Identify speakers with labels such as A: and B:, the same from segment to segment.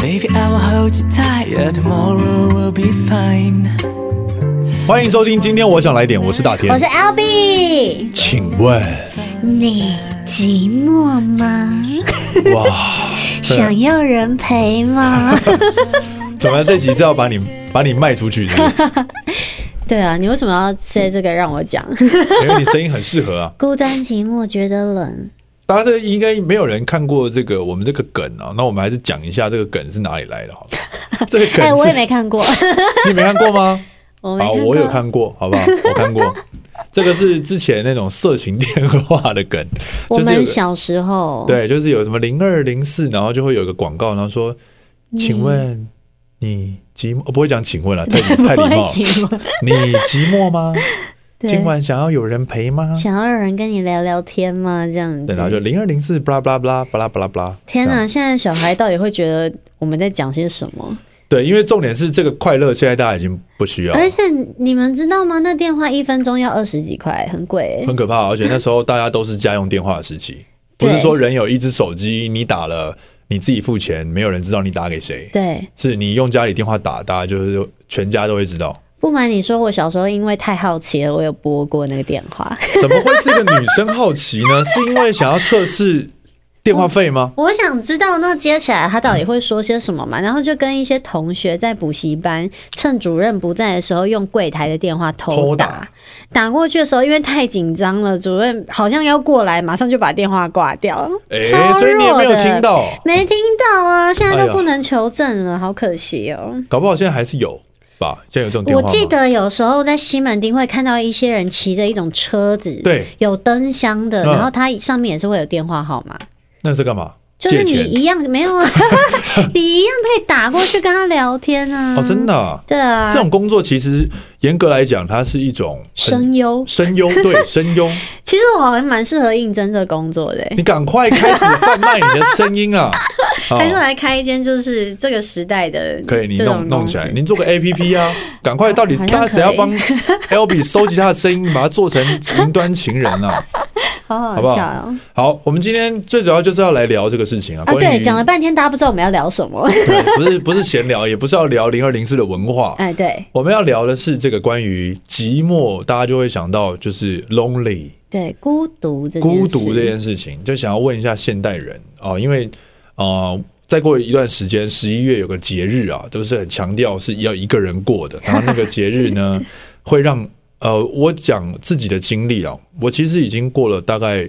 A: Maybe I will hold you tight, yeah, tomorrow will be fine.
B: 欢迎收听，今天我想来点，我是大
C: 我
B: 天
C: 是，L B，
B: 请问，
C: 你寂寞吗？
B: 哇，
C: 想要人陪 吗？
B: 怎么样这集是要把你 把你卖出去是不 是？
C: 对啊，你为什么要 say 这个让我讲？
B: 因为你声音很适合啊。
C: 孤单寂寞觉得冷，
B: 大家这应该没有人看过这个我们这个梗啊，那我们还是讲一下这个梗是哪里来的好 了。这个梗是、
C: 哎、我也没看过，
B: 你没看过吗？
C: 我没
B: 啊，
C: 看过，
B: 我有看过，好不好？我看过，这个是之前那种色情电话的 梗，
C: 我
B: 就是有
C: 们
B: 个
C: 小时候，
B: 对，就是有什么零二零四，然后就会有一个广告，然后说，请问你寂寞？我哦不会讲请问了， 太太礼貌
C: 我
B: 了。
C: 也寂 寞，
B: 你寂寞吗？
C: 对
B: 今晚想要有人陪吗？
C: 想要有人跟你聊聊天吗？这样
B: 对，然后就
C: 子。
B: 零二零四，巴拉巴拉巴拉巴拉巴拉巴拉。
C: 天
B: 这
C: 哪、
B: 样！
C: 现在小孩到底会觉得我们在讲些什么？
B: 对，因为重点是这个快乐，现在大家已经不需要了，
C: 而且你们知道吗？那电话一分钟要二十几块，很贵、欸。
B: 很可怕。而且那时候大家都是家用电话的时期，不
C: 对
B: 是说人有一只手机，你打了你自己付钱，没有人知道你打给谁，
C: 对，
B: 是你用家里电话打，大家 就是全家都会知道。
C: 不瞒你说，我小时候因为太好奇了，我有拨过那个电话。
B: 怎么会是一个女生好奇呢？是因为想要测试电话费吗？
C: 我想知道那接起来他到底会说些什么嘛？然后就跟一些同学在补习班，趁主任不在的时候，用柜台的电话偷
B: 偷
C: 打。
B: 打
C: 打过去的时候，因为太紧张了，主任好像要过来，马上就把电话挂掉。
B: 哎、
C: 超弱的
B: 所以你也没有听到，
C: 没听到啊，现在
B: 哎
C: 都
B: 呀
C: 不能求证了，好可惜哦、
B: 搞不好现在还是有吧？现在有这种电
C: 我
B: 话吗
C: 记得有时候在西门町会看到一些人骑着一种车子，
B: 对，
C: 有灯箱的，
B: 嗯
C: 然后它上面也是会有电话号码，
B: 那是干嘛？
C: 就是
B: 借
C: 你
B: 钱
C: 一样 没有啊，你一样可以打过去跟他聊天啊。
B: 哦，真
C: 的？
B: 的啊、
C: 对啊，
B: 这种工作其实严格来讲，它是一种很
C: 声优，
B: 声优， 对声优，
C: 其实我好像蛮适合应征这工作的、欸。
B: 你赶快开始贩卖你的声音啊！啊
C: 还是来开一间，就是这个时代的
B: 可以，你
C: 这种
B: 弄弄
C: 公司
B: 起来，你做个 A P P 啊，赶快！到底
C: 好像
B: 大家谁
C: 可
B: 要
C: 以
B: 帮 L B 收集他的声音，把它做成云端情人啊？
C: 好好
B: 好不好
C: 笑哦、
B: 好，我们今天最主要就是要来聊这个事情啊，
C: 啊！
B: 关于
C: 对，讲了半天，大家不知道我们要聊 什么。
B: 对 不是不是闲聊，也不是要聊零二零四的文化，
C: 哎，对
B: 我们要聊的是这个关于寂寞，大家就会想到就是 lonely
C: 对，孤独这件
B: 孤
C: 事
B: 独这件事情，就想要问一下现代人啊、因为呃，再过一段时间，十一月有个节日啊，都是很强调是要一个人过的，然后那个节日 呢，会让呃，我讲自己的经历啊，我其实已经过了大概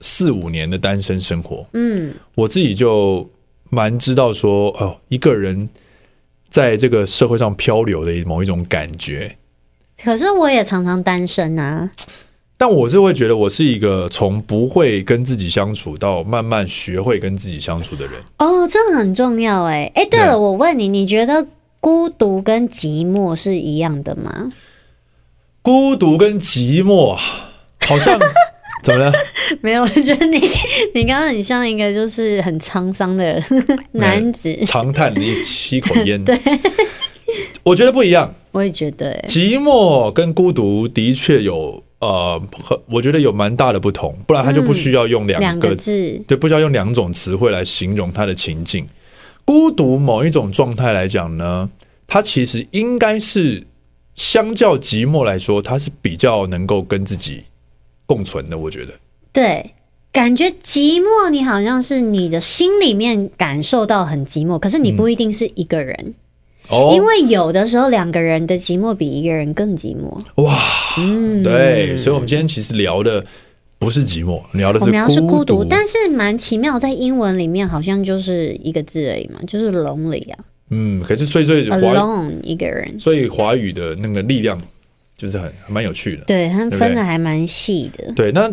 B: 四五年的单身生活，
C: 嗯，
B: 我自己就蛮知道说，哦，一个人在这个社会上漂流的某一种感觉。
C: 可是我也常常单身啊，
B: 但我是会觉得，我是一个从不会跟自己相处到慢慢学会跟自己相处的人。
C: 哦，这很重要哎。哎，
B: 对
C: 对
B: 啊
C: 了，我问你，你觉得孤独跟寂寞是一样的吗？
B: 孤独跟寂寞，好像怎么了？
C: 没有，我觉得你你刚刚很像一个就是很沧桑 的男子，
B: 长叹了一吸口烟。对，我觉得不一样。
C: 我也觉得哎。
B: 寂寞跟孤独的确有呃，很我觉得有蛮大的不同，不然他就不需要用
C: 两
B: 两
C: 个
B: 个
C: 字，
B: 对，不需要用两种词汇来形容他的情境。孤独某一种状态来讲呢，它其实应该是相较寂寞来说，它是比较能够跟自己共存的。我觉得，
C: 对，感觉寂寞，你好像是你的心里面感受到很寂寞，可是你不一定是一个人，因
B: 嗯哦，
C: 为有的时候两个人的寂寞比一个人更寂寞。
B: 哇，
C: 嗯，
B: 对，所以我们今天其实聊的不是寂寞，聊的
C: 我
B: 是
C: 们要是孤
B: 独
C: 独，，但是蛮奇妙，在英文里面好像就是一个字而已嘛，就是 lonely 啊
B: 嗯，可是所以所以华
C: ，alone 一个人。
B: 所以华语的那个力量就是很还蛮有趣的。
C: 对，他们
B: 对不
C: 分
B: 对
C: 的还蛮细的。
B: 对，那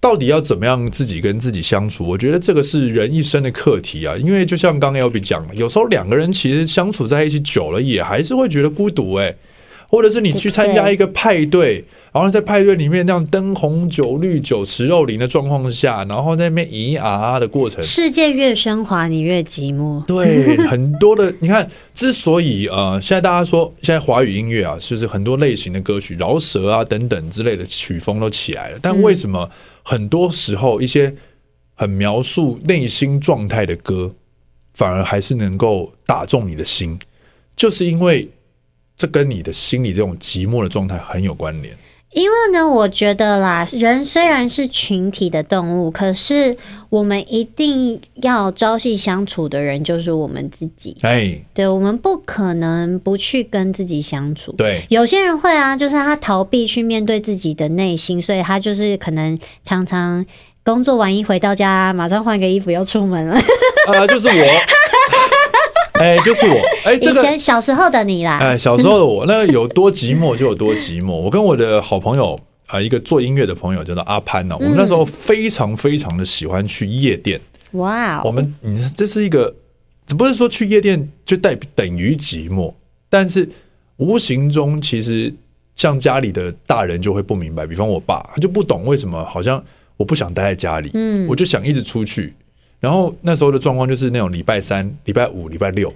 B: 到底要怎么样自己跟自己相处？我觉得这个是人一生的课题啊。因为就像刚刚 L B 讲的，有时候两个人其实相处在一起久了，也还是会觉得孤独哎、或者是你去参加一个派对，然后在派对里面那样灯红酒绿、酒池肉林的状况下，然后在那边咿咿啊啊的过程，
C: 世界越升华，你越寂寞。
B: 对，很多的，你看，之所以呃，现在大家说现在华语音乐啊，就是很多类型的歌曲，饶舌啊等等之类的曲风都起来了，但为什么很多时候一些很描述内心状态的歌，反而还是能够打中你的心，就是因为这跟你的心里这种寂寞的状态很有关联。
C: 因为呢，我觉得啦，人虽然是群体的动物，可是我们一定要朝夕相处的人就是我们自己。
B: 哎，
C: 对，我们不可能不去跟自己相处。
B: 对，
C: 有些人会啊，就是他逃避去面对自己的内心，所以他就是可能常常工作完一回到家，马上换个衣服又出门了。
B: 啊，就是我，哎，就是我，哎， 这
C: 以
B: 个
C: 前小时候的你啦，
B: 哎，小时候的我， 那有多寂寞就有多寂寞。我跟我的好朋友啊、一个做音乐的朋友叫做阿潘呢、我们那时候非常非常的喜欢去夜店。
C: 哇
B: 我
C: 哦，
B: 们，你这是一个，只不是说去夜店就代等于寂寞，但是无形中其实像家里的大人就会不明白，比方我爸，他就不懂为什么好像我不想待在家里，
C: 嗯
B: 我就想一直出去。然后那时候的状况就是那种礼拜三、礼拜五、礼拜六，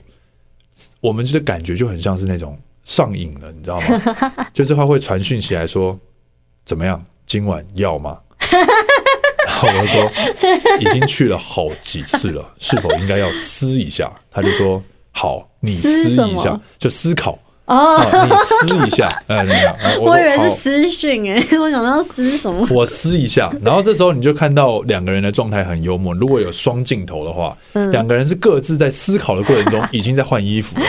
B: 我们就是感觉就很像是那种上瘾了，你知道吗？就是他会传讯息来说怎么样，今晚要 吗？然后我就说已经去了好几次了，是否应该要思一下？他就说好，你思
C: 思什
B: 一
C: 么
B: 下，就思考。
C: 哦，
B: 啊，你撕一下，哎，怎么样？哎
C: 我以为
B: 说
C: 是
B: 好
C: 私讯哎、 我想到私什么？
B: 我撕一下，然后这时候你就看到两个人的状态很幽默。如果有双镜头的话，
C: 嗯
B: 两个人是各自在思考的过程中已经在换衣服了，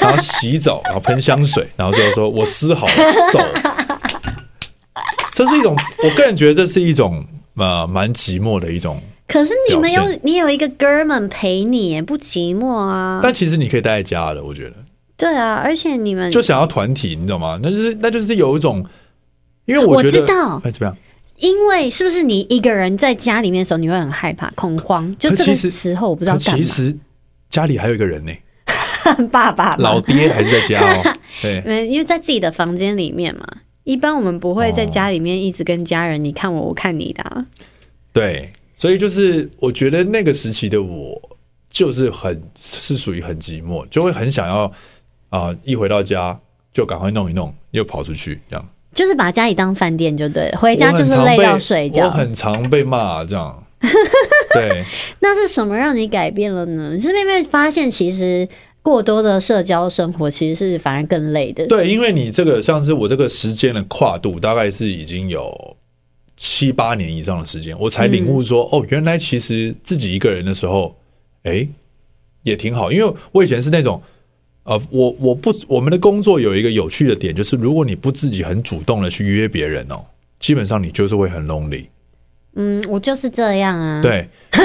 B: 然后洗澡，然后喷香水，然后最后说我撕好了，走。这是一种，我个人觉得这是一种呃蛮寂寞的一种，
C: 可是你们有
B: 表现
C: 你有一个哥们陪你耶，不寂寞啊？
B: 但其实你可以待在家的，我觉得。
C: 对啊，而且你们
B: 就想要团体，你懂吗？那就是那就是有一种，因为
C: 我
B: 觉得
C: 知道
B: 哎怎么样？
C: 因为是不是你一个人在家里面的时候，你会很害怕、恐慌？就
B: 可
C: 这
B: 其
C: 个
B: 实
C: 时候，我不知道
B: 可
C: 干
B: 哎其
C: 嘛。
B: 实家里还有一个人呢、
C: 爸爸嘛
B: 老爹还是在家哦。对，
C: 嗯，因为在自己的房间里面嘛，一般我们不会在家里面一直跟家人、你看我，我看你的、啊。
B: 对，所以就是我觉得那个时期的我，就是很是属于很寂寞，就会很想要啊、一回到家就赶快弄一弄，又跑出去这样。
C: 就是把家里当饭店就对了，回
B: 回
C: 家就是累到睡
B: 我
C: 觉。
B: 很常被骂这样。对，
C: 那是什么让你改变了呢？你是不是因为发现其实过多的社交生活其实是反而更累的？
B: 对，因为你这个像是我这个时间的跨度，大概是已经有七八年以上的时间，我才领悟说，哦，原来其实自己一个人的时候，哎，也挺好。因为我以前是那种，呃，我我不我们的工作有一个有趣的点，就是如果你不自己很主动的去约别人哦，基本上你就是会很 lonely。
C: 嗯，我就是这样啊。，
B: 对，
C: 可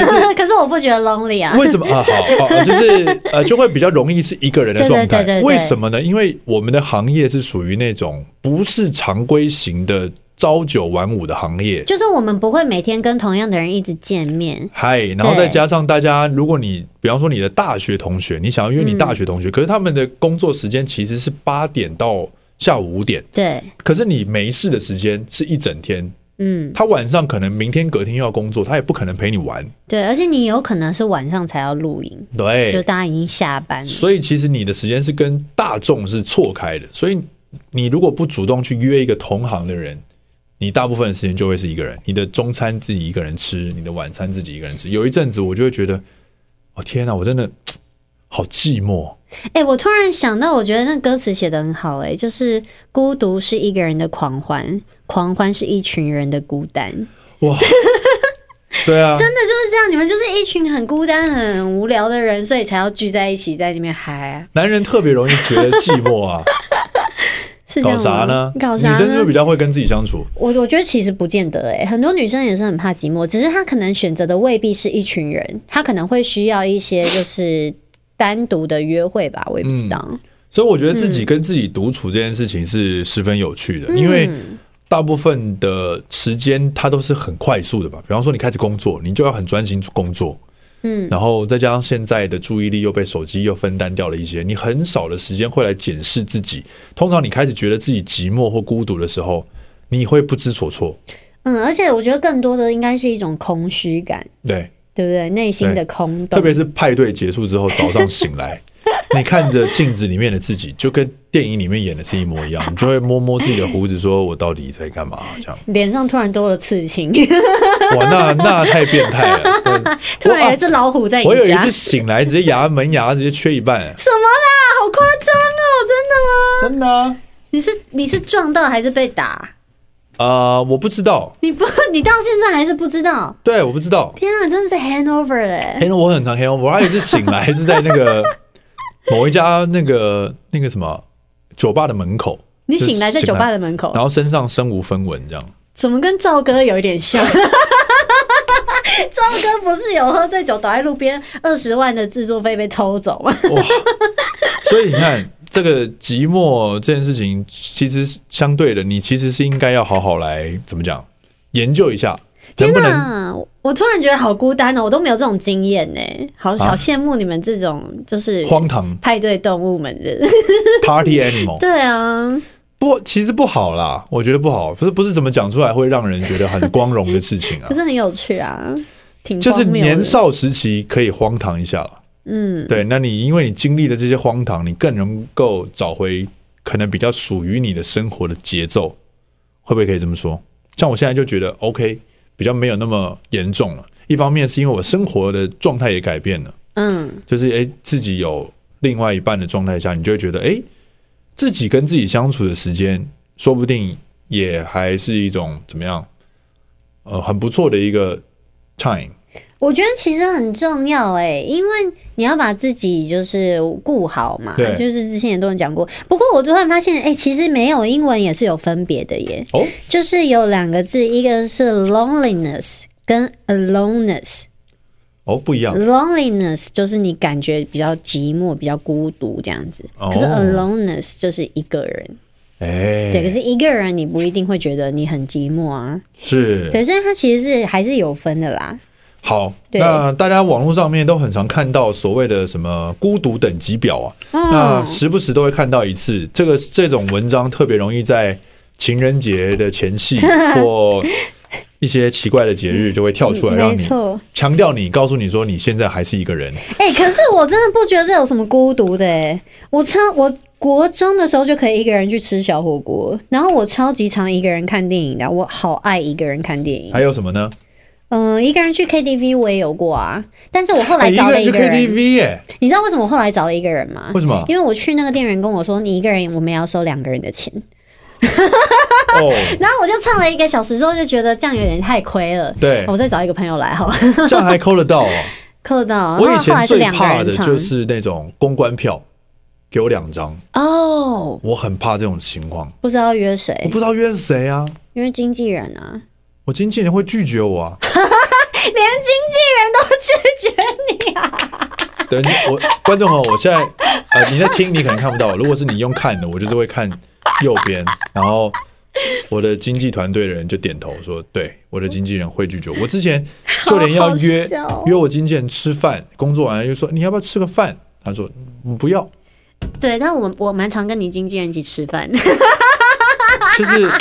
C: 是我不觉得 lonely 啊。
B: 为什么啊？好，好，就是呃，就会比较容易是一个人的状态。
C: 对对对对对
B: 为什么呢？因为我们的行业是属于那种不是常规型的朝九晚五的行业。
C: 就是我们不会每天跟同样的人一直见面，
B: 嗨，然后
C: 对
B: 再加上大家，如果你比方说你的大学同学，你想要约你大学同
C: 嗯
B: 学，可是他们的工作时间其实是八点到下午五点，
C: 对，
B: 可是你没事的时间是一整天。
C: 嗯，
B: 他晚上可能明天隔天又要工作，他也不可能陪你玩。
C: 对，而且你有可能是晚上才要露营，
B: 对，
C: 就大家已经下班了。
B: 所以其实你的时间是跟大众是错开的，所以你如果不主动去约一个同行的人，你大部分的时间就会是一个人，你的中餐自己一个人吃，你的晚餐自己一个人吃。有一阵子我就会觉得，哦天哪，我真的好寂寞。
C: 哎、我突然想到，我觉得那歌词写的很好、哎，就是孤独是一个人的狂欢，狂欢是一群人的孤单，真
B: 哇，对 啊，
C: 的就是这样。你们就是一群很孤单、很无聊的人，所以才要聚在一起，在那边嗨、啊，
B: 男人特别容易觉得寂寞 啊，
C: 是这
B: 搞
C: 样
B: 啥
C: 吗？
B: 呢？
C: 搞
B: 女
C: 啥
B: 生是不是比
C: 呢？
B: 较会跟自己相处？
C: 我我觉得其实不见得哎、很多女生也是很怕寂寞，只是她可能选择的未必是一群人，她可能会需要一些就是单独的约会吧，我也不
B: 嗯
C: 知道。
B: 所以我觉得自己跟自己独处这件事情是十分有趣的，因为大部分的时间它都是很快速的吧。比方说你开始工作，你就要很专心工作，
C: 嗯，
B: 然后再加上现在的注意力又被手机又分担掉了一些，你很少的时间会来检视自己。通常你开始觉得自己寂寞或孤独的时候，你会不知所措。
C: 嗯，而且我觉得更多的应该是一种空虚感，
B: 对，
C: 对不对？内心的空洞，
B: 特别是派对结束之后，早上醒来，你看着镜子里面的自己，就跟电影里面演的是一模一样，你就会摸摸自己的胡子，说我到底在干嘛？这样，
C: 脸上突然多了刺 青，
B: 哇，那那太变态了。对
C: 突然有一只老虎在你
B: 我有一
C: 家，
B: 次醒来，直接牙门牙直接缺一半，
C: 什么啦？好夸张哦！真的吗？
B: 真的啊、
C: 你是你是撞到还是被打？
B: 呃我不知道，
C: 你不， 你到现在还是不知道。
B: 对，我不知道。
C: 天啊，真的是 handover 嘞！
B: 黑我很常黑我，我还有一次醒来是在那个某一家那个那个什么酒吧的门口，就
C: 你
B: 是
C: 醒来在酒吧的门口
B: 然，后身上身无分文这样。
C: 怎么跟赵哥有一点像？赵哥不是有喝醉酒倒在路边，二十万的制作费被偷走吗？
B: 哇！ 所以你看，这个寂寞这件事情，其实是相对的，你其实是应该要好好来怎么讲，研究一下能
C: 天
B: 不能
C: 哪，我突然觉得好孤单哦，我都没有这种经验呢，好
B: 啊
C: 好羡慕你们这种就是
B: 荒唐
C: 派对动物们的。
B: party animal。
C: 对啊，
B: 不，其实不好啦，我觉得不好，不是不是怎么讲出来会让人觉得很光荣的事情啊
C: 可。是很有趣啊，挺
B: 就是
C: 荒谬的
B: 年少时期可以荒唐一下了，
C: 嗯，
B: 对，那你因为你经历了这些荒唐，你更能够找回可能比较属于你的生活的节奏，会不会可以这么说？像我现在就觉得 OK，比较没有那么严重了。一方面是因为我生活的状态也改变了，
C: 嗯，
B: 就是诶、自己有另外一半的状态下，你就会觉得诶、自己跟自己相处的时间，说不定也还是一种怎么样，呃，很不错的一个 time。
C: 我觉得其实很重要哎、因为你要把自己就是顾好嘛，
B: 对
C: 就是之前也都有讲过。不过我突然发现，哎、其实没有英文也是有分别的耶，
B: 哦，
C: 就是有两个字，一个是 loneliness 跟 aloneness。
B: 哦，不一
C: 嗯
B: 样
C: loneliness 就是你感觉比较寂寞、比较孤独这样子，
B: 哦
C: 可是 aloneness 就是一个人。
B: 哎，
C: 对，可是一个人你不一定会觉得你很寂寞啊。
B: 是
C: 对，所以它其实是还是有分的啦。
B: 好，
C: 对
B: 那大家网络上面都很常看到所谓的什么孤独等级表啊，那
C: 哦，
B: 时不时都会看到一次。这个这种文章特别容易在情人节的前 夕或一些奇怪的节日就会跳出来，让
C: 嗯没
B: 你
C: 错。
B: 强调你，告诉你说你现在还是一个人。
C: 哎、可是我真的不觉得这有什么孤独的哎、我超我国中的时候就可以一个人去吃小火锅，然后我超级常一个人看电影的，我好爱一个人看电影。
B: 还有什么呢？
C: 嗯，一个人去 KTV 我也有过啊，但是我后来
B: 哎一
C: 找
B: 个
C: 了
B: 人
C: 一
B: 去
C: 个人，
B: KTV 耶、
C: 你知道为什么我后来找了一个人吗？
B: 为什么？
C: 因为我去那个店员跟我说，你一个人我们也要收两个人的钱，
B: 哦，
C: 然后我就唱了一个小时之后就觉得这样有点太亏了，哦
B: 对，
C: 我再找一个朋友来好了，
B: 这样还抠得 到哦。
C: 扣到。
B: 我
C: 然
B: 以
C: 后后
B: 前
C: 来哦是
B: 最
C: 两个
B: 怕
C: 人
B: 的
C: 唱
B: 就是那种公关票，给我两张，
C: 哦，
B: 我很怕这种情况。
C: 不知道约
B: 我
C: 谁，
B: 不知道约谁啊，
C: 因为经纪人 啊，
B: 我经纪人会拒绝我啊。
C: 连经纪人都拒绝你啊！
B: 等 我观众朋友，我现在呃你在听，你可能看不到。如果是你用看的，我就是会看右边，然后我的经纪团队的人就点头说，对，我的经纪人会拒绝我。我之前就连要约
C: 好好笑哦
B: 约我经纪人吃饭，工作完了又说你要不要吃个饭，他说嗯不要，
C: 对，但我我蛮常跟你经纪人一起吃饭，
B: 就是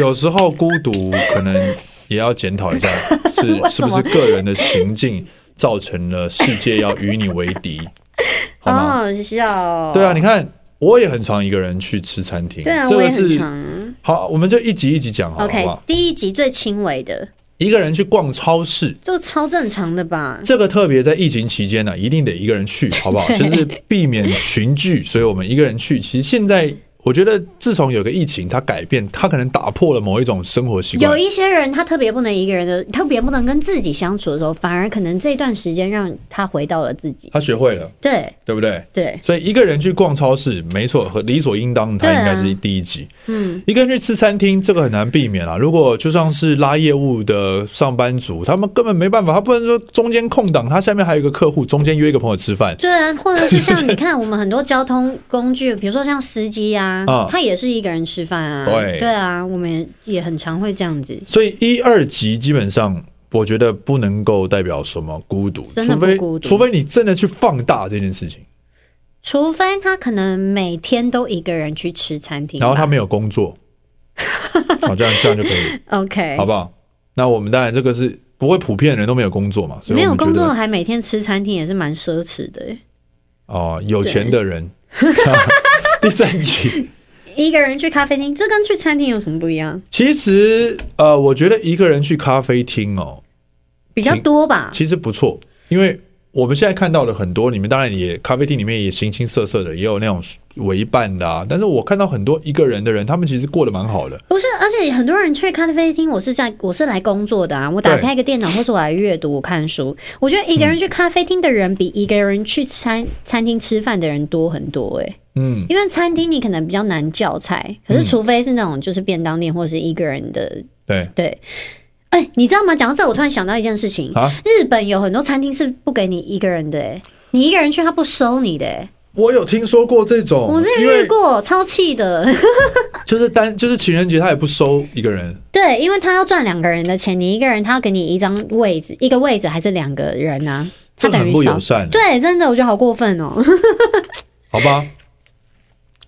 B: 有时候孤独可能也要检讨一下，是
C: 为
B: 是
C: 什
B: 不
C: 么
B: 是个人的行径造成了世界要与你为 敌， 好吗？
C: 好笑哦。
B: 对啊，你看，我也很常一个人去吃餐厅。
C: 对啊，
B: 这
C: 我
B: 个
C: 也很
B: 是
C: 常。
B: 好，我们就一集一集讲好了，啊好
C: OK，
B: 不好？
C: 第一集最轻微的，
B: 一个人去逛超市，
C: 这个超正常的吧？
B: 这个特别在疫情期间呢、一定得一个人 去，好不好？就是避免群聚，所以我们一个人去。其实现在。我觉得自从有个疫情，它改变，它可能打破了某一种生活习
C: 有
B: 惯。
C: 一些人他特别不能一个人的，特别不能跟自己相处的时候，反而可能这段时间让他回到了自己。
B: 他学会了，
C: 对
B: 对不对？
C: 对，
B: 所以一个人去逛超市，没错，和理所应当，它
C: 对
B: 应
C: 啊
B: 该是第一集。
C: 嗯，
B: 一个人去吃餐厅，这个很难避免啦。啊如果就像是拉业务的上班族，他们根本没办法，他不能说中间空档，他下面还有一个客户，中间约一个朋友吃饭。
C: 对啊，或者 是像你看我们很多交通工具，比如说像司机啊，
B: 啊
C: 他也是一个人吃饭啊。
B: 对
C: 啊，我们也也很常会这样子。
B: 所以一二级基本上，我觉得不能够代表什么孤独，
C: 真的
B: 除
C: 不
B: 非
C: 孤独
B: 除非你真的去放大这件事情，
C: 除非他可能每天都一个人去吃餐厅吧，
B: 然后他没有工 作，好，这样这样就可以，
C: OK，
B: 好不好？那我们当然这个是不会普遍人都没有工作嘛，所以
C: 没
B: 我
C: 有
B: 们觉
C: 工
B: 得
C: 作还每天吃餐厅也是蛮奢侈的欸。
B: 哦，有钱的人。 第三集，
C: 一个人去咖啡厅，这跟去餐厅有什么不一样？
B: 其实呃，我觉得一个人去咖啡厅哦，
C: 比较多吧。
B: 其实不错，因为我们现在看到的很多，你们当然也咖啡厅里面也形形色色的，也有那种为伴的啊。但是我看到很多一个人的人，他们其实过得蛮好的。
C: 不是，而且很多人去咖啡厅，我是在我是来工作的啊，我打
B: 对
C: 开一个电脑或者我来阅读、我看书。我觉得一个人去咖啡厅的人比一个人去餐餐厅吃饭的人多很多诶、欸
B: 嗯，
C: 因为餐厅你可能比较难叫菜，可是除非是那种就是便当店或是一个人的
B: 对
C: 对。哎、你知道吗？讲到这，我突然想到一件事情，
B: 啊，
C: 日本有很多餐厅是不给你一个人的、欸，你一个人去他不收你的、欸，
B: 我有听说过这种，
C: 我之前
B: 哦因
C: 遇
B: 为
C: 过，超气的。
B: 就是单就是情人节他也不收一个人，
C: 对，因为他要赚两个人的钱，你一个人他要给你一张位置，一个位置还是两个人啊？他
B: 这
C: 等
B: 很
C: 于
B: 不
C: 少
B: 友。善，
C: 对，真的我觉得好过 分哦、
B: 好吧？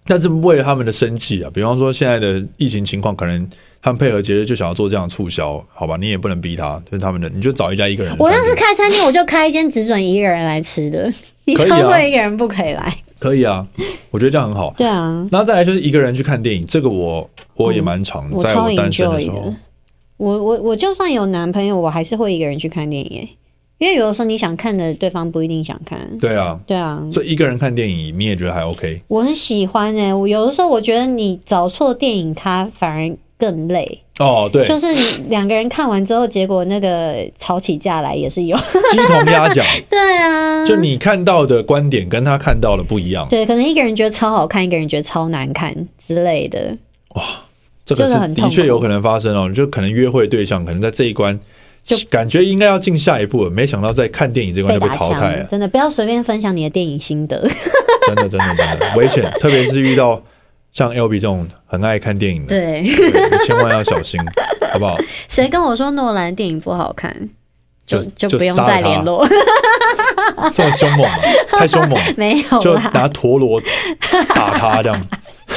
B: 但是为了他们的生计啊，比方说现在的疫情情况，可能他们配合节日就想要做这样的促销，好吧？你也不能逼他，就是他们的，你就找一家一个人的
C: 我
B: 餐
C: 要
B: 厅。
C: 是开餐厅，我就开一间只准一个人来吃的，你
B: 可以
C: 超
B: 啊
C: 过一个人不可以来。
B: 可以啊，我觉得这样很好。
C: 对啊，
B: 然后再来就是一个人去看电影，这个我我也蛮常、
C: 我
B: 在
C: 超
B: 我单身
C: enjoy
B: 的时候
C: 的，。我我我就算有男朋友，我还是会一个人去看电影欸、因为有的时候你想看的，对方不一定想看。
B: 对啊，
C: 对啊，
B: 所以一个人看电影你也觉得还 OK，
C: 我很喜欢哎、我有的时候我觉得你找错电影，它反而更累。
B: 哦， 对，
C: 就是你两个人看完之后，结果那个吵起架来也是有。
B: 鸡同鸭讲，
C: 对啊，
B: 就你看到的观点跟他看到的不一样，
C: 对，可能一个人觉得超好看，一个人觉得超难看之类的。
B: 这个
C: 真的
B: 是
C: 很
B: 的确
C: 痛苦
B: 有可能发生哦。就可能约会对象可能在这一关
C: 就
B: 感觉应该要进下一步了，没想到在看电影这关就
C: 被
B: 被
C: 打
B: 淘汰啊
C: 枪，
B: 了，
C: 真的不要随便分享你的电影心得。
B: 真的真的真的危险，特别是遇到 像 L B 这种很爱看电影的，
C: 对，
B: 对你千万要小心，好不好？
C: 谁跟我说诺兰电影不好看，就
B: 就
C: 不用
B: 杀了
C: 再
B: 他
C: 联络。
B: 这么凶猛吗？太凶猛了。
C: 没有
B: 就
C: 啦，
B: 拿陀螺打他这样。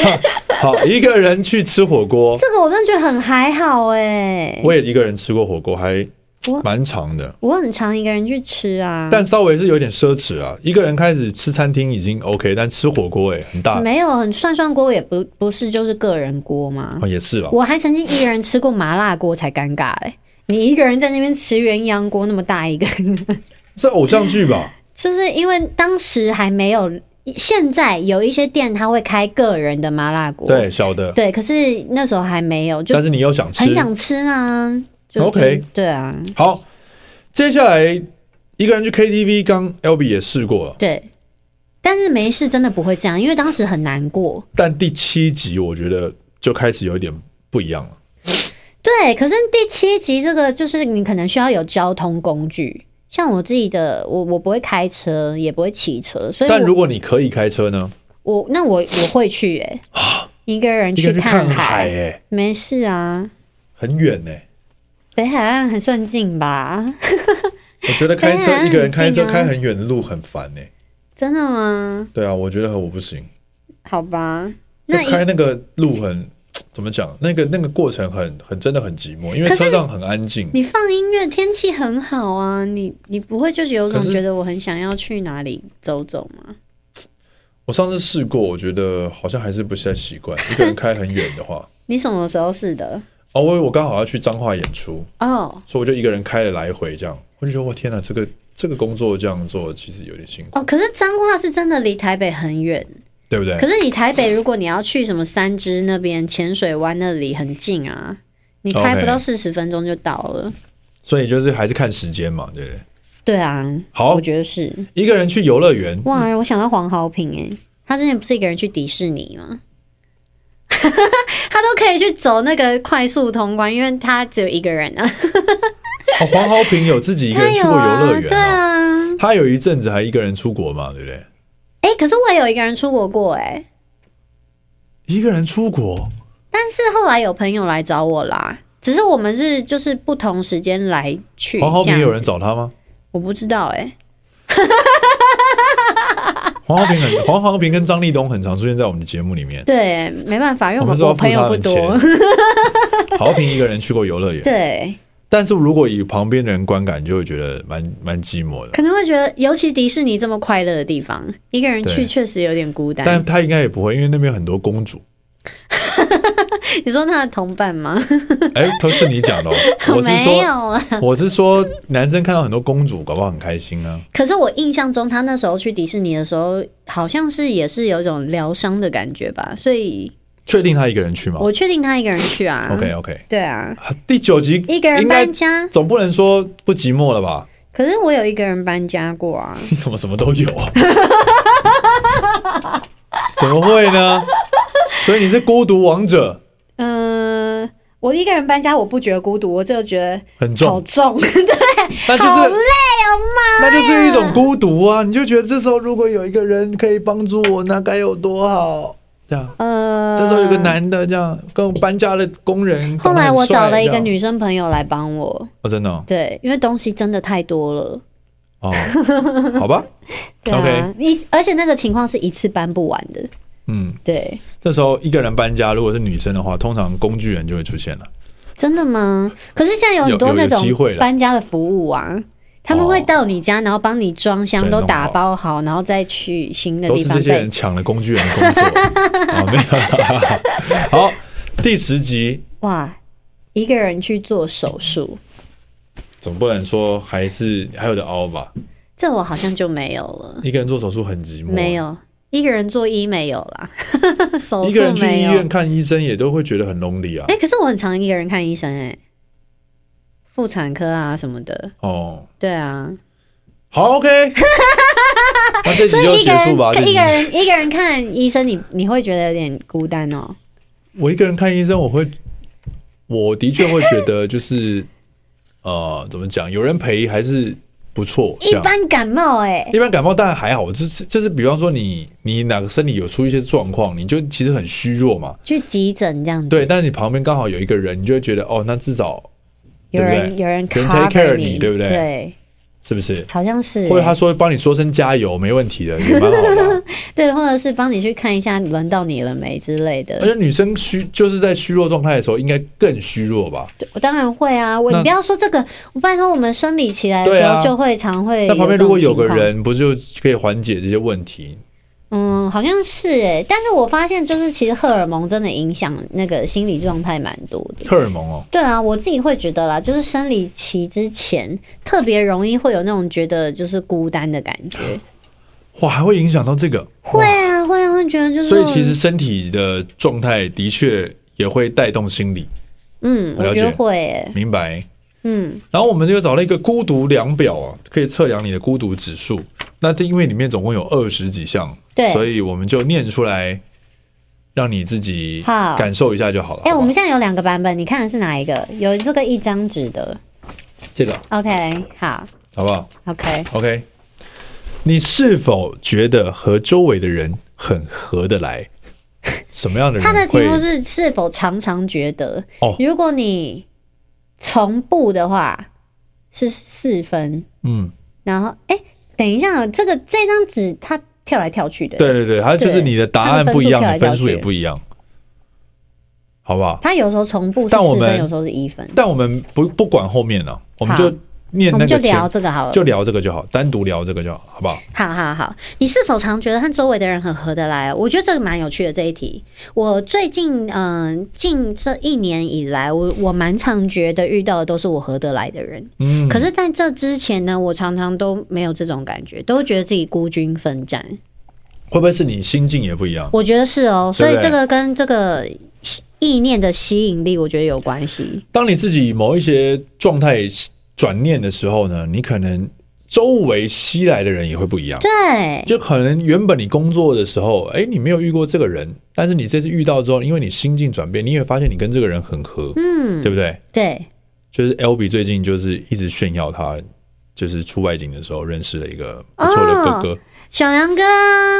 B: 好，一个人去吃火锅，
C: 这个我 真的觉得很还好哎、
B: 我也一个人吃过火锅，还
C: 我
B: 蛮长的，
C: 我很常一个人去吃啊，
B: 但稍微是有点奢侈啊。一个人开始吃餐厅已经 OK，但吃火锅哎、很大
C: 没有很涮涮锅也不不是就是个人锅吗？
B: 哦，也是啊。
C: 我还曾经一个人吃过麻辣锅才尴尬哎、你一个人在那边吃鸳鸯锅那么大一个，
B: 是偶像剧吧？
C: 就是因为当时还没有，现在有一些店他会开个人的麻辣锅，
B: 对，晓得。
C: 对，可是那时候还没有，就
B: 但是你又想吃
C: 很，想吃啊。就
B: OK
C: 对啊，
B: 好，接下来一个人去 KTV，刚 L B 也试过了，
C: 对，但是没事真的不会这样，因为当时很难过。
B: 但第七集我觉得就开始有一点不一样了。
C: 对，可是第七集这个就是你可能需要有交通工具，像我自己的，我我不会开车，也不会骑车，所以
B: 但
C: 我
B: 如果你可以开车呢？
C: 我那我我会去哎、一个人
B: 啊一个
C: 去
B: 人去
C: 看
B: 看海哎、
C: 没事啊，
B: 很远欸呢、
C: 北海岸很算近吧？
B: 我觉得开车
C: 当然
B: 一个人开车
C: 很近啊
B: 开很远的路很烦呢、
C: 真的吗？
B: 对啊，我觉得我不行，
C: 好吧，
B: 就
C: 那一
B: 开那个路很怎么讲？那个那个过程很很真的很寂寞，因为
C: 可是
B: 车上很安静。
C: 你放音乐，天气很好啊，你你不会就是有种
B: 可是
C: 觉得我很想要去哪里走走吗？
B: 我上次试过，我觉得好像还是不是太习 惯，一个人开很远的话。
C: 你什么时候是的？
B: 哦，我我刚好要去彰化演出，
C: 哦
B: 所以我就一个人开了来回这样，我就觉得我天哪，这个这个工作这样做其实有点辛苦，
C: 哦，可是彰化是真的离台北很远，
B: 对不对
C: 可？是你台北如果你要去什么三芝那边、浅水湾那里很近啊，你开
B: OK
C: 不到四十分钟就到了。
B: 所以就是还是看时间嘛，对不对？
C: 对啊，
B: 好
C: 我觉得是
B: 一个人去游乐园，
C: 哇，我想到黄豪平哎、他之前不是一个人去迪士尼吗？ 他都可以去走那个快速通关，因为他只有一个人啊。
B: 哦，黄豪平有自己一个人
C: 他
B: 去
C: 有
B: 过游乐
C: 啊
B: 园
C: 对
B: 哦。
C: 啊，
B: 他有一阵子还一个人出国嘛，对不对？
C: 哎、可是我也有一个人出国过哎、
B: 一个人出国，
C: 但是后来有朋友来找我啦，只是我们是就是不同时间来去。
B: 黄豪平
C: 这样
B: 有人
C: 子
B: 找他吗？
C: 我不知道哎、
B: 黄豪平很， 黄豪平跟张立东很常出现在我们的节目里面。
C: 对，没办法，因为
B: 我
C: 我
B: 们
C: 们
B: 说
C: 我
B: 付
C: 朋
B: 他
C: 友不
B: 们
C: 多
B: 钱。。豪平一个人去过游乐园，
C: 对，
B: 但是如果以旁边的人观感，就会觉得蛮蛮寂寞的。
C: 可能会觉得，尤其迪士尼这么快乐的地方，一个人
B: 对
C: 去确实有点孤
B: 但
C: 单。
B: 他应该也不会，因为那边有很多公 主。
C: 你说他的同伴吗？
B: 哎、都是你讲的、 哦，我是
C: 没
B: 说，
C: 有啊。
B: 我是说，男生看到很多公主，搞不好很开心啊。
C: 可是我印象中，他那时候去迪士尼的时候，好像是也是有一种疗伤的感觉吧，所以
B: 确定他一个人去吗
C: 我确定他一个人去啊。
B: ？OK OK，
C: 对啊，
B: 第九集
C: 一个人
B: 应该
C: 搬家。
B: 总不能说不寂寞了吧？
C: 可是我有一个人搬家过啊，
B: 你怎么什么都有、啊？ 怎么会呢？所以你是孤独王者，
C: 嗯、我一个人搬家，我不觉得孤独，我就觉得
B: 很
C: 好
B: 重，
C: 重，
B: 那就
C: 好累
B: 是
C: 哦妈！
B: 那就是一种孤独啊！你就觉得这时候如果有一个人可以帮助我，那该有多好！这样，
C: 呃，
B: 这时候有个。男的这样跟我搬家的工人，
C: 后来我找了一个
B: 长得很帅，
C: 女生朋友来帮我，
B: 这样哦，真的哦
C: 对，因为东西真的太多了。
B: 哦， 好吧，
C: 对啊一而且那个情况是一次搬不完的，
B: 嗯，
C: 对，
B: 这时候一个人搬家，如果是女生的话，通常工具人就会出现了。
C: 真的吗？可是现在有很多
B: 有有
C: 那种
B: 机会了哦
C: 搬家的服务啊，他们会到你家，然后帮你装箱，
B: 再弄
C: 都
B: 好
C: 打包好，然后再去新的
B: 都
C: 地
B: 是
C: 方
B: 这些
C: 再
B: 人。抢了工具人的工作。啊，没有 啦。好，第十集
C: 哇，一个人去做手术，
B: 总不能说还是还有的凹吧？
C: 这我好像就没有了，
B: 一个人做手术很寂寞，
C: 没。有一个人做医美有啦， 手
B: 一个
C: 术
B: 人去
C: 没
B: 医
C: 有
B: 院。看医生也都会觉得很 lonely 啊
C: 哎、。可是我很常一个人看医生哎、妇产科啊什么的，
B: 哦，
C: 对啊，
B: 好，OK，那这集
C: 所以
B: 就
C: 一个
B: 结束吧。这
C: 人
B: 集
C: 一个人一个人看医生你，你会觉得有点孤单哦。
B: 我一个人看医生，我会，我的确会觉得就是， 呃，怎么讲，有人陪还是不错。这
C: 一
B: 样。
C: 般感冒哎、
B: 一般感冒当然还好，就是就是比方说你你哪个身体有出一些状况，你就其实很虚弱嘛，
C: 去急诊这样子，
B: 对。但是你旁边刚好有一个人，你就会觉得哦，那至少对
C: 有
B: 不
C: 人
B: 对
C: 有
B: 有人
C: 人
B: take care
C: cover
B: 你对不对
C: 对，
B: 是不是？
C: 好像是、
B: 或者他说帮你说声加油，没问题的，也蛮好的啊。
C: 对，或者是帮你去看一下轮到你了没之类
B: 而
C: 的。
B: 且女生虚就是在虚弱状态的时候，应该更虚弱吧？
C: 我当然会啊，我
B: 那
C: 你不要说这个，我拜托我们生理期来的时
B: 对啊
C: 候就会常会。
B: 那旁边如果有个
C: 人。
B: 人，不就可以缓解这些问题？
C: 嗯，好像是哎、但是我发现就是其实荷尔蒙真的影响那个心理状态蛮多的。
B: 荷尔蒙哦，
C: 对啊，我自己会觉得啦，就是生理期之前特别容易会有那种觉得就是孤单的感觉。
B: 哇，还会影响到这个。
C: 会啊，会啊，会觉得就是。
B: 所以其实，身体的状态的确也会带动心理，
C: 嗯，
B: 我了
C: 我
B: 解
C: 觉得会、欸，
B: 明白？
C: 嗯，
B: 然后我们就找了一个孤独量表啊，可以测量你的孤独指数。那因为里面总共有二十几项，
C: 对
B: 所以我们就念出来，让你自己
C: 好
B: 感受一下就好了。好
C: 哎、
B: 不好
C: 我们现在有两个版本，你看的是哪一个？有这个一张纸的
B: 这个
C: ，OK，好
B: 好不好
C: ，OK，
B: ？OK，你是否觉得和周围的人很合得 来？什么样的人
C: 它
B: 会？
C: 的题目是是否常常觉得，
B: 哦
C: 如果你重步的话是四分，
B: 嗯，
C: 然后哎、等一下，这个这张纸它跳来跳去的，
B: 对，对对，还有就是
C: 对
B: 你的答案不一样，
C: 它
B: 你
C: 的
B: 分
C: 分数跳来
B: 数也
C: 跳去
B: 不一样，好不好？
C: 它有时候重步是
B: 但我
C: 四
B: 们
C: 分，有时候是一分，
B: 但我们不不管后面了、我们就
C: 好
B: 念
C: 我
B: 那
C: 们就
B: 个前
C: 聊这个好了。
B: 就聊这个就好，单独聊这个就好，好不好？
C: 好好好，你是否常觉得和周围的人很合得来啊？我觉得这个蛮有趣的这一题。我最近嗯、呃近这一年以来，我我蛮常觉得遇到的都是我合得来的人。
B: 嗯，
C: 可是在这之前呢，我常常都没有这种感觉，都觉得自己孤军奋战。
B: 会不会是你心境也不一样？
C: 我觉得是哦，所
B: 对
C: 以
B: 不对
C: 这个跟这个吸意念的吸引力，我觉得有关系。
B: 当你自己某一些状态转念的时候呢，你可能周围吸来的人也会不一样。
C: 对，
B: 就可能原本你工作的时候，哎、你没有遇过这个人，但是你这次遇到之后，因为你心境转变，你也会发现你跟这个人很合，
C: 嗯，
B: 对不对？
C: 对，
B: 就是 L B 最近就是一直炫耀他，就是出外景的时候认识了一个不错的哥哥。
C: 小梁哥，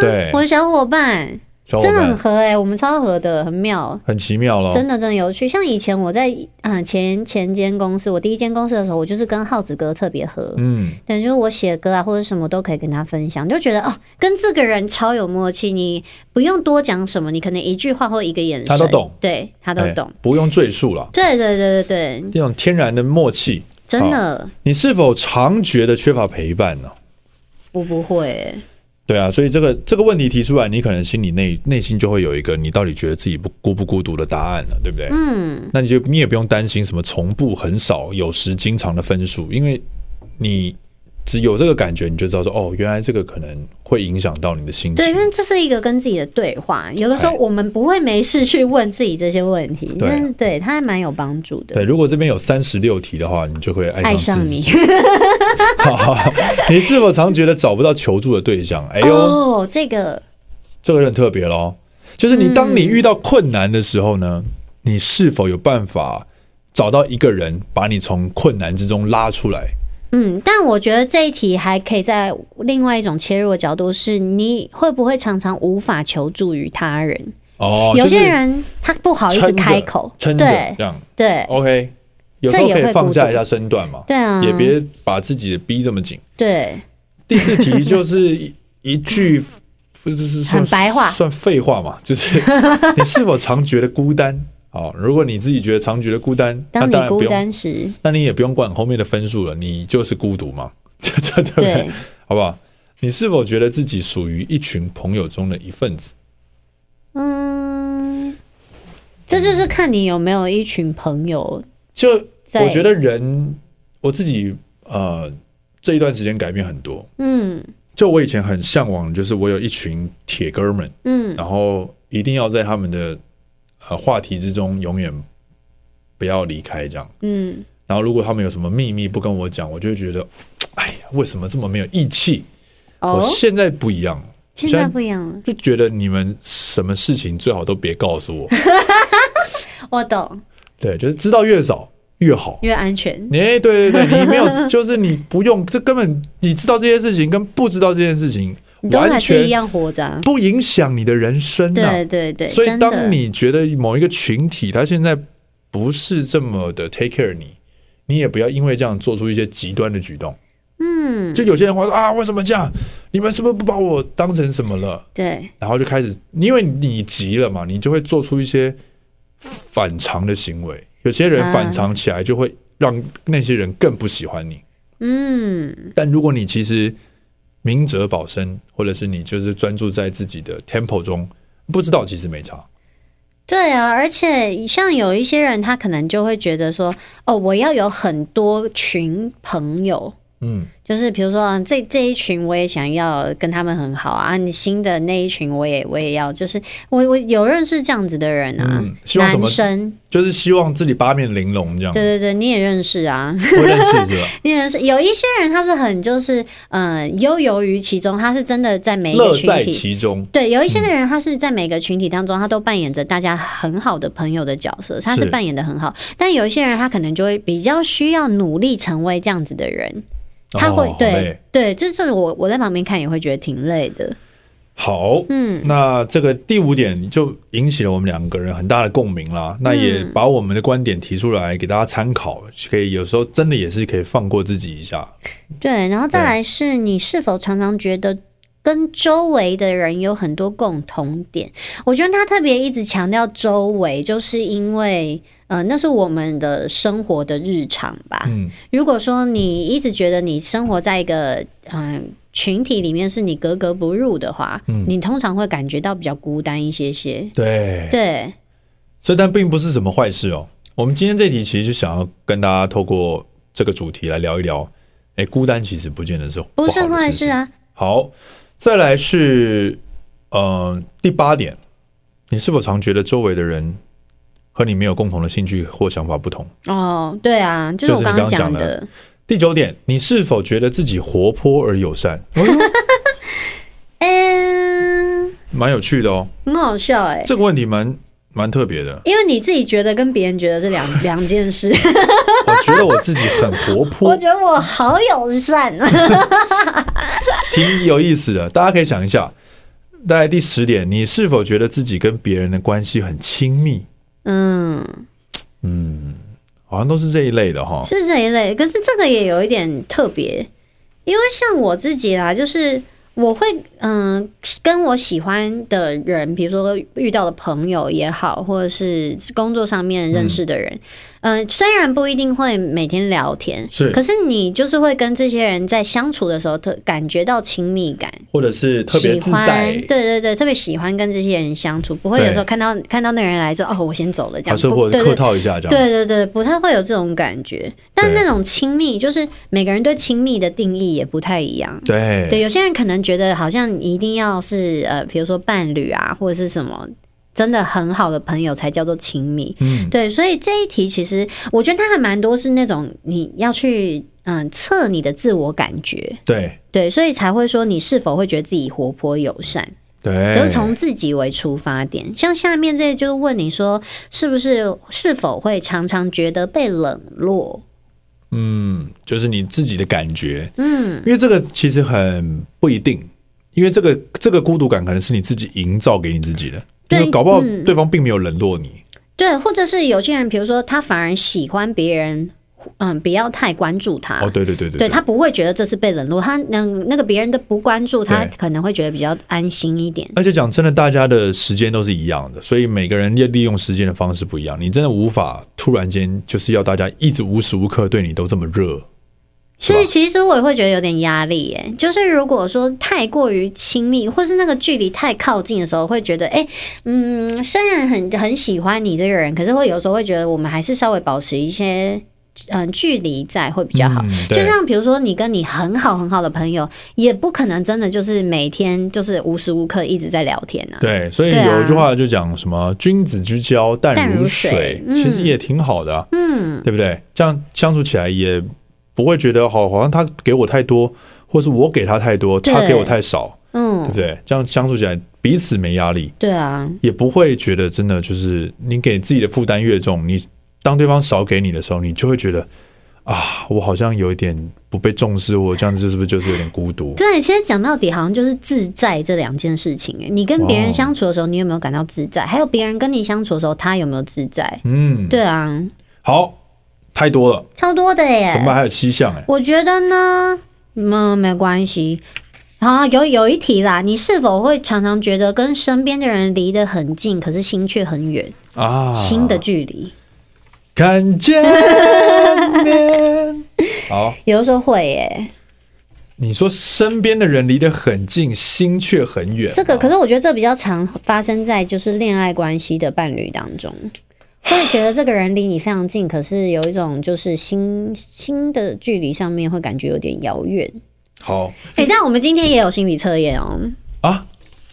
B: 对
C: 我的小伙伴，
B: 小伙
C: 真的很
B: 伴，
C: 合哎、我们超合的，很妙。
B: 很奇妙咯。
C: 真的真的有趣，像以前我在啊、前前间公司，我第一间公司的时候，我就是跟耗子哥特别合，
B: 嗯，
C: 等于就是我写歌啊或者什么都可以跟他分享，就觉得哦，跟这个人超有默契，你不用多讲什么，你可能一句话或一个眼神，
B: 他都懂，
C: 对他都
B: 哎
C: 懂，
B: 不用赘述了，
C: 对对对对对，
B: 这种天然的默契。
C: 真的
B: 你是否常觉得缺乏陪伴呢？
C: 我不会欸、
B: 对啊，所以这个这个问题提出来，你可能心里内内心就会有一个你到底觉得自己不孤不孤独的答案了，对不对？
C: 嗯，
B: 那你就你也不用担心什么重步很少、有时经常的分数，因为你只有这个感觉，你就知道说哦，原来这个可能会影响到你的心情
C: 对，因。为这是一个跟自己的对话，有的时候
B: 哎
C: 我们不会没事去问自己这些问题，
B: 对啊
C: 真的对他还蛮有帮助的
B: 对，，如果这边有三十六题的话，你就会爱
C: 爱
B: 上
C: 上
B: 自己
C: 你。。
B: 你是否常觉得找不到求助的对象？哎呦，
C: 哦，这个
B: 这个很特别咯，就是你当你遇到困难的时候呢，
C: 嗯
B: 你是否有办法找到一个人把你从困难之中拉出来？
C: 嗯，但我觉得这一题还可以在另外一种切入的角度是，你会不会常常无法求助于他人？
B: 哦，
C: 有
B: 就是
C: 些人他不好意思
B: 撑着
C: 开口，
B: 撑着
C: 对
B: 这样
C: 对
B: ，OK，有时候
C: 这也
B: 可
C: 会
B: 以放
C: 孤
B: 下
C: 独
B: 一下身段嘛，
C: 对啊，
B: 也别把自己逼这么紧。
C: 对，
B: 第四题就是一一句。就是算
C: 很白话
B: 算废话嘛，就是 你是否常觉得孤单？哦，如果你自己觉得常觉得孤单，那当
C: 当你
B: 然不
C: 孤
B: 用
C: 单时，
B: 那你也不用管后面的分数了，你就是孤独嘛， 对对对不对？
C: 对
B: 好不好？你是否觉得自己属于一群朋友中的一份子？
C: 嗯，这就是看你有没有一群朋友
B: 就
C: 在
B: 我觉得人，我自己呃这一段时间改变很多。
C: 嗯
B: 就我以前很向往，就是我有一群铁哥们，
C: 嗯
B: 然后一定要在他们的呃话题之中永远不要离开这样。
C: 嗯，
B: 然后如果他们有什么秘密不跟我讲，我就会觉得，哎呀，为什么这么没有义气？
C: 哦
B: 我，现在不一样了。
C: 现在不一样了，
B: 就觉得你们什么事情最好都别告诉我。
C: 我懂，
B: 对，就是知道越少越好。
C: 因为安全，
B: 你哎对对对，你没 有，就是你不用，这根本你知道这件事情跟不知道这件事情
C: 你都
B: 完
C: 还是一
B: 全
C: 样活着啊。
B: 不影响你的人生啊。
C: 对对对，
B: 所以
C: 真的
B: 当你觉得某一个群体他现在不是这么的 take care 你，你也不要因为这样做出一些极端的举动。
C: 嗯，
B: 就有些人会说啊，为什么这样？你们是不是不把我当成什么了？
C: 对，
B: 然后就开始，因为你急了嘛，你就会做出一些反常的行为。有些人
C: 啊
B: 反常起来，就会让那些人更不喜欢你。
C: 嗯，
B: 但如果你其实明哲保身，或者是你就是专注在自己的 tempo 中，不知道其实没差。
C: 对啊，而且像有一些人，他可能就会觉得说，哦，我要有很多群朋友。
B: 嗯，
C: 就是比如说，啊这这一群我也想要跟他们很好啊，你新的那一群我也我也要，就是我我有认识这样子的人啊，
B: 嗯希望什么
C: 男生，
B: 就是希望自己八面玲珑这样，
C: 对对对，你也认识啊，
B: 会认识是吧？
C: 你也认识。有一些人他是很就是嗯悠游于其中，他是真的在每一个
B: 乐
C: 群
B: 在
C: 体
B: 其中。
C: 对，有一
B: 嗯
C: 些的人，他是在每个群体当中，他都扮演着大家很好的朋友的角色，他是
B: 是
C: 扮演的很好。但有一些人，他可能就会比较需要努力成为这样子的人，他
B: 哦
C: 会、
B: 好
C: 对
B: 累
C: 对，这是我我在旁边看也会觉得挺累的。
B: 好，
C: 嗯，
B: 那这个第五点就引起了我们两个人很大的共鸣啦。那也
C: 嗯
B: 把我们的观点提出来给大家参考，可以有时候真的也是可以放过自己一下。
C: 对，然后再
B: 对
C: 来是你是否常常觉得。跟周围的人有很多共同点，我觉得他特别一直强调周围，就是因为，呃，那是我们的生活的日常吧。
B: 嗯，
C: 如果说你一直觉得你生活在一个嗯群体里面是你格格不入的话，
B: 嗯
C: 你通常会感觉到比较孤单一些些。
B: 对，
C: 对，
B: 所以但并不是什么坏事哦。我们今天这题其实就想要跟大家透过这个主题来聊一聊，哎，孤单其实不见得是
C: 不
B: 好
C: 是
B: 的
C: 坏
B: 事
C: 事。啊。
B: 好，再来是，嗯、第八点，你是否常觉得周围的人和你没有共同的兴趣或想法不同？
C: 哦，对啊，
B: 就
C: 就是
B: 是
C: 我
B: 你
C: 刚
B: 刚刚
C: 讲
B: 讲的，第九点，你是否觉得自己活泼而友 善？
C: 嗯，
B: 蛮有趣的哦，
C: 很好笑哎、。
B: 这个问题蛮蛮特别的
C: 因为你自己觉得跟别人觉得是两两 件事，
B: 我觉得我自己很活
C: 我
B: 泼，
C: 觉得我好友善啊。
B: 挺有意思的，大家可以想一下。大概第十点，你是否觉得自己跟别人的关系很亲密？
C: 嗯，
B: 好像都是这一类的哈。
C: 是这一类，可是这个也有一点特别，因为像我自己啦，就是我会嗯、跟我喜欢的人，比如说遇到的朋友也好，或者是工作上面认识的人，嗯、虽然不一定会每天聊天，
D: 是
C: 可是你就是会跟这些人在相处的时候，特感觉到亲密感，
D: 或者是特别
C: 喜
D: 自
C: 欢，
D: 在
C: 对，对对，特别喜欢跟这些人相处，不会有时候
B: 对
C: 看到看到那个人来说，哦，我先走了这
B: 还
C: 样，
B: 是
C: 不
B: 或
C: 对
B: 者客
C: 对
B: 套一下这样。
C: 对对对，不太会有这种感觉。但那种亲密，就是每个人对亲密的定义也不太一样。
B: 对
C: 对，有些人可能觉得好像一定要是呃，比如说伴侣啊，或者是什么真的很好的朋友才叫做亲密。
B: 嗯，
C: 对，所以这一题其实我觉得它还蛮多是那种你要去嗯测你的自我感觉，
B: 对
C: 对，所以才会说你是否会觉得自己活泼友善。
B: 对，
C: 都是从自己为出发点。像下面这就是问你说，是不是是否会常常觉得被冷落？
B: 嗯，就是你自己的感觉，
C: 嗯，
B: 因为这个其实很不一定，因为这个这个孤独感可能是你自己营造给你自己的，
C: 对
B: 因为搞不好
C: 嗯
B: 对方并没有冷落你，
C: 对，或者是有些人，比如说他反而喜欢别人，嗯，不要太关注他。
B: 哦，对对对对
C: 啊对他不会觉得这是被冷落，他能那个别人的不关注，他
B: 对
C: 可能会觉得比较安心一点。
B: 而且讲真的，大家的时间都是一样的，所以每个人要利用时间的方式不一样。你真的无法突然间就是要大家一直无时无刻对你都这么热，
C: 其
B: 是
C: 实，
B: 吧
C: 其实我也会觉得有点压力耶。就是如果说太过于亲密，或是那个距离太靠近的时候，会觉得，哎、嗯，虽然很很喜欢你这个人，可是会有时候会觉得，我们还是稍微保持一些嗯距离在会比较好。
B: 嗯
C: 就
B: 对
C: 像比如说，你跟你很好很好的朋友，也不可能真的就是每天就是无时无刻一直在聊天啊。
B: 对，所以
C: 对啊
B: 有一句话就讲什么“君子之交淡
C: 淡如
B: 如
C: 水嗯
B: 其实也挺好的啊、
C: 嗯，
B: 对不对？这样相处起来也不会觉得好，好像他给我太多，或是我给他太多，
C: 对
B: 他给我太少，对
C: 嗯
B: 不，对？这样相处起来彼此没压力，
C: 对啊，
B: 也不会觉得真的就是你给自己的负担越重，你当对方少给你的时候，你就会觉得啊，我好像有一点不被重视，我这样子是不是就是有点孤独？
C: 对，其实讲到底，好像就是自在这两件事情。哎，你跟别人
B: 哦
C: 相处的时候，你有没有感到自在？还有别人跟你相处的时候，他有没有自在？
B: 嗯，
C: 对啊，
B: 好，太多了，
C: 超多的耶
B: 怎么。办？还有七项哎、
C: 我觉得呢，嗯，没关系。好，有有一题啦，你是否会常常觉得跟身边的人离得很近，可是心却很远，
B: 啊，
C: 心的距离？
B: 看见面，好。
C: 有的时候会耶。
B: 你说身边的人离得很近，心却很远。
C: 这个可
B: 是
C: 是我觉得这比较常发生在就是恋爱关系的伴侣当中，会觉得这个人离你非常近，可是有一种就是心心的距离上面会感觉有点遥远。
B: 好
C: 哎、但我们今天也有心理测验哦。
B: 啊，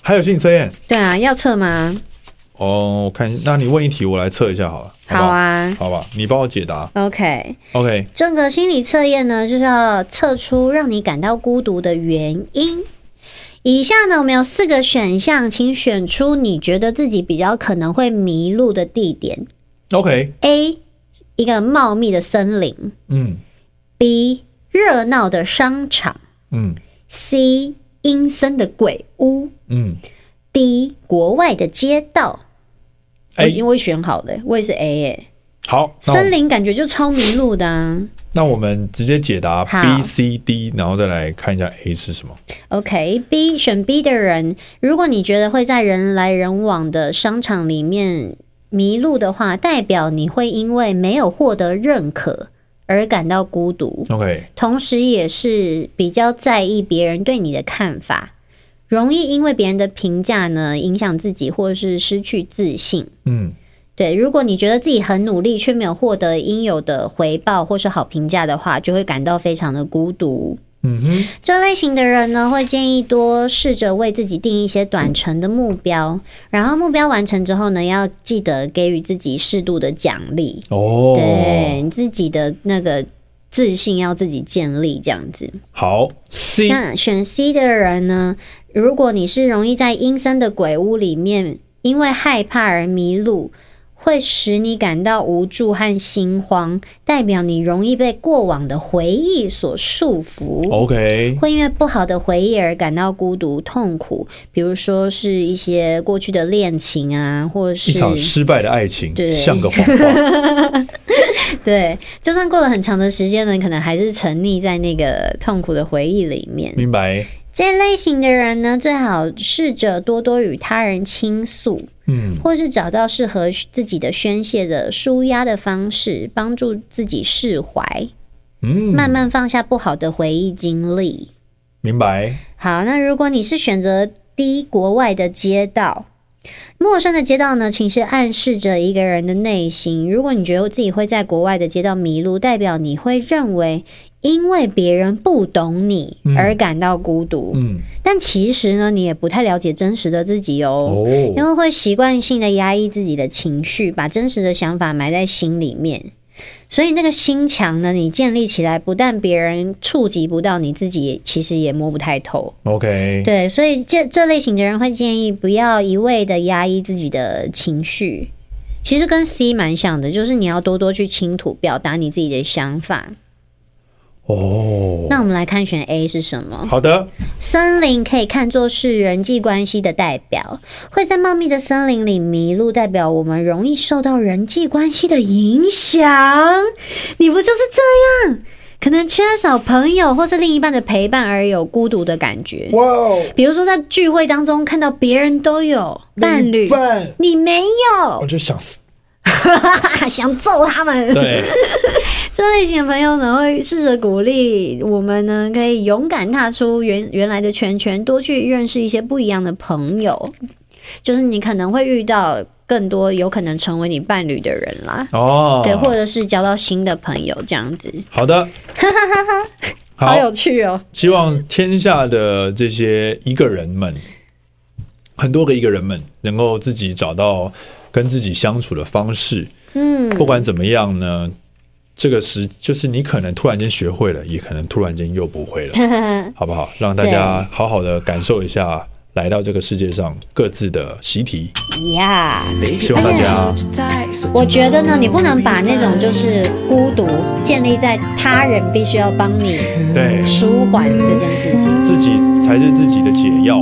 B: 还有心理测验
C: 对啊，要测吗？
B: 哦。我看，那你问一题，我来测一下好了。
C: 好
B: 吧，
C: 啊。
B: 好吧，你帮我解答。
C: OK，
B: OK，
C: 这个心理测验呢，就是要测出让你感到孤独的原因。以下呢，我们有四个选项，请选出你觉得自己比较可能会迷路的地点。
B: OK，
C: A 一个茂密的森林
B: 嗯
C: ，B 热闹的商场
B: 嗯
C: ，C 阴森的鬼屋
B: 嗯
C: ，D 国外的街道。我
B: 哎
C: 因为选好的，我也是 A 耶、
B: 好，那我
C: 森林感觉就超迷路的啊。
B: 那我们直接解答
C: 好
B: B、C、D，然后再来看一下 A 是什么。
C: OK，B、选 B 的人，如果你觉得会在人来人往的商场里面迷路的话，代表你会因为没有获得认可而感到孤独。
B: OK，
C: 同时也是比较在意别人对你的看法，容易因为别人的评价呢影响自己，或是失去自信。
B: 嗯
C: 对，如果你觉得自己很努力却没有获得应有的回报或是好评价的话，就会感到非常的孤独。
B: 嗯哼，
C: 这类型的人呢，会建议多试着为自己定一些短程的目标，然后目标完成之后呢，要记得给予自己适度的奖励。对
B: 哦，
C: 你自己的那个自信要自己建立，这样子。
B: 好，C，
C: 那选 C 的人呢？如果你是容易在阴森的鬼屋里面因为害怕而迷路，会使你感到无助和心慌，代表你容易被过往的回忆所束缚。
B: 哦 OK，
C: 会因为不好的回忆而感到孤独、痛苦，比如说是一些过去的恋情啊，或者
B: 一场
C: 是
B: 失败的爱情
C: 对
B: 像个谎话。
C: 对，就算过了很长的时间呢，你可能还是沉溺在那个痛苦的回忆里面。
B: 明白？
C: 这类型的人呢，最好试着多多与他人倾诉，
B: 嗯，
C: 或是找到适合自己的宣泄的、舒压的方式，帮助自己释怀，
B: 嗯，
C: 慢慢放下不好的回忆经历。
B: 明白。
C: 好，那如果你是选择低国外的街道。陌生的街道呢，其实暗示着一个人的内心。如果你觉得自己会在国外的街道迷路，代表你会认为因为别人不懂你
B: 嗯
C: 而感到孤独。
B: 嗯，
C: 但其实呢，你也不太了解真实的自己哦，因
B: 哦，
C: 为会习惯性的压抑自己的情绪，把真实的想法埋在心里面。所以那个心墙呢，你建立起来，不但别人触及不到，你自己其实也摸不太透。
B: ，OK，
C: 对，所以这这类型的人会建议不要一味的压抑自己的情绪，其实跟 C 蛮像的，就是你要多多去倾吐，表达你自己的想法。
B: 哦，
C: 那我们来看选 A 是什么？
B: 好的，
C: 森林可以看作是人际关系的代表，会在茂密的森林里迷路，代表我们容易受到人际关系的影响。你不就是这样？可能缺少朋友或是另一半的陪伴而有孤独的感觉。
D: 哇哦，
C: 比如说在聚会当中看到别人都有伴侣，
D: 伴
C: 你没
D: 我
C: 有，
D: 就想死。
C: 想揍他们。
B: 对，
C: 这类型的朋友呢，会试着鼓励我们呢，可以勇敢踏出原原来的圈圈，多去认识一些不一样的朋友。就是你可能会遇到更多有可能成为你伴侣的人啦，
B: 哦，
C: 对，或者是交到新的朋友这样子，
B: 好 的，
C: 好有趣哦。
B: 希望天下的这些一个人们，很多个一个人们，能够自己找到跟自己相处的方式。
C: 嗯，
B: 不管怎么样呢，这个时就是你可能突然间学会了，也可能突然间又不会了，好不好？让大家好好的感受一下来到这个世界上各自的习题。
C: 呀。
B: 希望大家
C: 我觉得呢，你不能把那种就是孤独建立在他人必须要帮你
B: 对
C: 舒缓这件事情。
B: 自己才是自己的解药。